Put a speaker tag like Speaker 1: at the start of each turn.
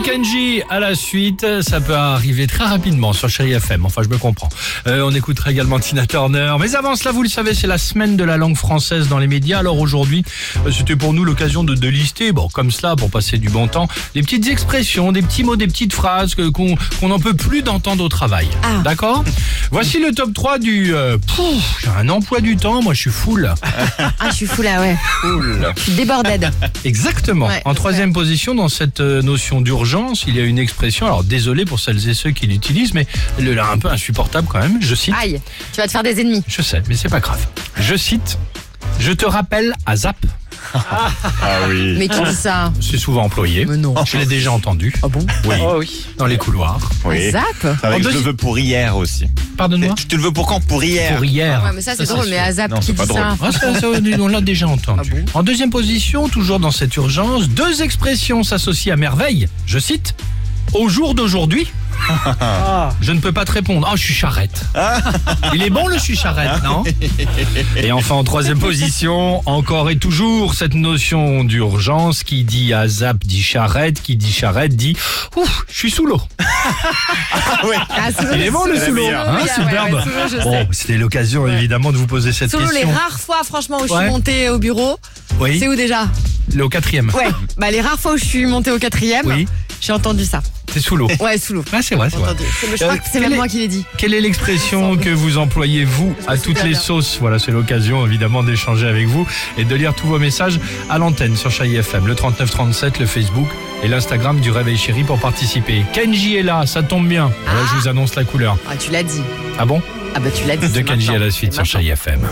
Speaker 1: série à la suite. Ça peut arriver très rapidement sur Chérie FM. Enfin, je me comprends. Euh, on écoutera également Tina Turner. Mais avant cela, vous le savez, c'est la semaine de la langue française dans les médias. Alors aujourd'hui, euh, c'était pour nous l'occasion de, de lister, bon, comme cela, pour passer du bon temps, des petites expressions, des petits mots, des petites phrases que- qu'on qu'on n'en peut plus d'entendre au travail.
Speaker 2: Ah.
Speaker 1: D'accord Voici le top 3 du... euh, pouf, j'ai un emploi du temps, moi je suis full.
Speaker 2: Ah, je suis fou là, ouais. Je suis débordade.
Speaker 1: Exactement.
Speaker 2: Ouais,
Speaker 1: en
Speaker 2: ouais.
Speaker 1: troisième position, dans cette euh, notion d'urgence, il y a une expression, alors désolé pour celles et ceux qui l'utilisent, mais elle est un peu insupportable quand même. Je cite,
Speaker 2: Aïe, tu vas te faire des ennemis.
Speaker 1: je sais, mais c'est pas grave. Je cite, je te rappelle à Zap,
Speaker 3: Ah oui.
Speaker 2: Mais qui dit ça
Speaker 1: c'est souvent employé.
Speaker 2: Mais non.
Speaker 1: Je l'ai déjà entendu.
Speaker 2: Ah bon
Speaker 1: Oui. Dans les couloirs.
Speaker 3: oui.
Speaker 2: Zap
Speaker 3: Avec
Speaker 1: En
Speaker 3: je le
Speaker 1: deuxi-
Speaker 3: veux pour hier aussi.
Speaker 1: Pardonne-moi.
Speaker 3: Je te le veux pour quand Pour hier.
Speaker 1: Pour hier.
Speaker 2: Ah. Ouais, mais ça c'est drôle, mais à Zap,
Speaker 3: Non,
Speaker 2: qui
Speaker 3: c'est
Speaker 2: dit
Speaker 3: pas drôle.
Speaker 2: ça
Speaker 1: Ah, ça, ça, on l'a déjà entendu.
Speaker 2: Ah
Speaker 1: en deuxième position, toujours dans cette urgence, deux expressions s'associent à merveille. Je cite Au jour d'aujourd'hui,
Speaker 2: Ah.
Speaker 1: je ne peux pas te répondre. Ah, je suis charrette. Il est bon le je suis charrette, non Et enfin, en troisième position, encore et toujours cette notion d'urgence qui dit à zap dit charrette, qui dit charrette dit Ouf, je suis sous l'eau.
Speaker 3: Ah ouais.
Speaker 2: Ah, souvent,
Speaker 1: Il est bon le sous
Speaker 3: C'est la
Speaker 1: l'eau.
Speaker 3: meilleure.
Speaker 1: hein,
Speaker 2: Ouais, ouais,
Speaker 1: superbe.
Speaker 2: ouais, souvent, je sais.
Speaker 1: Bon, c'était l'occasion évidemment de vous poser cette
Speaker 2: Selon les
Speaker 1: question.
Speaker 2: rares fois, franchement, où je
Speaker 1: Ouais.
Speaker 2: suis montée au bureau,
Speaker 1: Oui,
Speaker 2: c'est où déjà
Speaker 1: le quatrième.
Speaker 2: Ouais. Bah, les rares fois où je suis montée au quatrième,
Speaker 1: Oui.
Speaker 2: j'ai entendu ça.
Speaker 1: C'est sous l'eau.
Speaker 2: Ouais, sous l'eau.
Speaker 1: Ah, c'est vrai, c'est vrai.
Speaker 2: Entendu. C'est- Je crois
Speaker 1: Euh,
Speaker 2: que c'est
Speaker 1: quel
Speaker 2: même
Speaker 1: est-
Speaker 2: moi qui l'ai dit.
Speaker 1: Quelle est l'expression que vous employez, vous, à toutes les sauces Voilà, c'est l'occasion, évidemment, d'échanger avec vous et de lire tous vos messages à l'antenne sur Chai FM, le 3937, le Facebook et l'Instagram du Réveil Chéri pour participer. Kenji est là, ça tombe bien. Voilà, je vous annonce la couleur.
Speaker 2: Ah, tu l'as dit.
Speaker 1: Ah bon
Speaker 2: Ah bah tu l'as dit.
Speaker 1: De
Speaker 2: c'est
Speaker 1: Kenji à
Speaker 2: maintenant.
Speaker 1: la suite
Speaker 2: C'est
Speaker 1: sur Chai FM.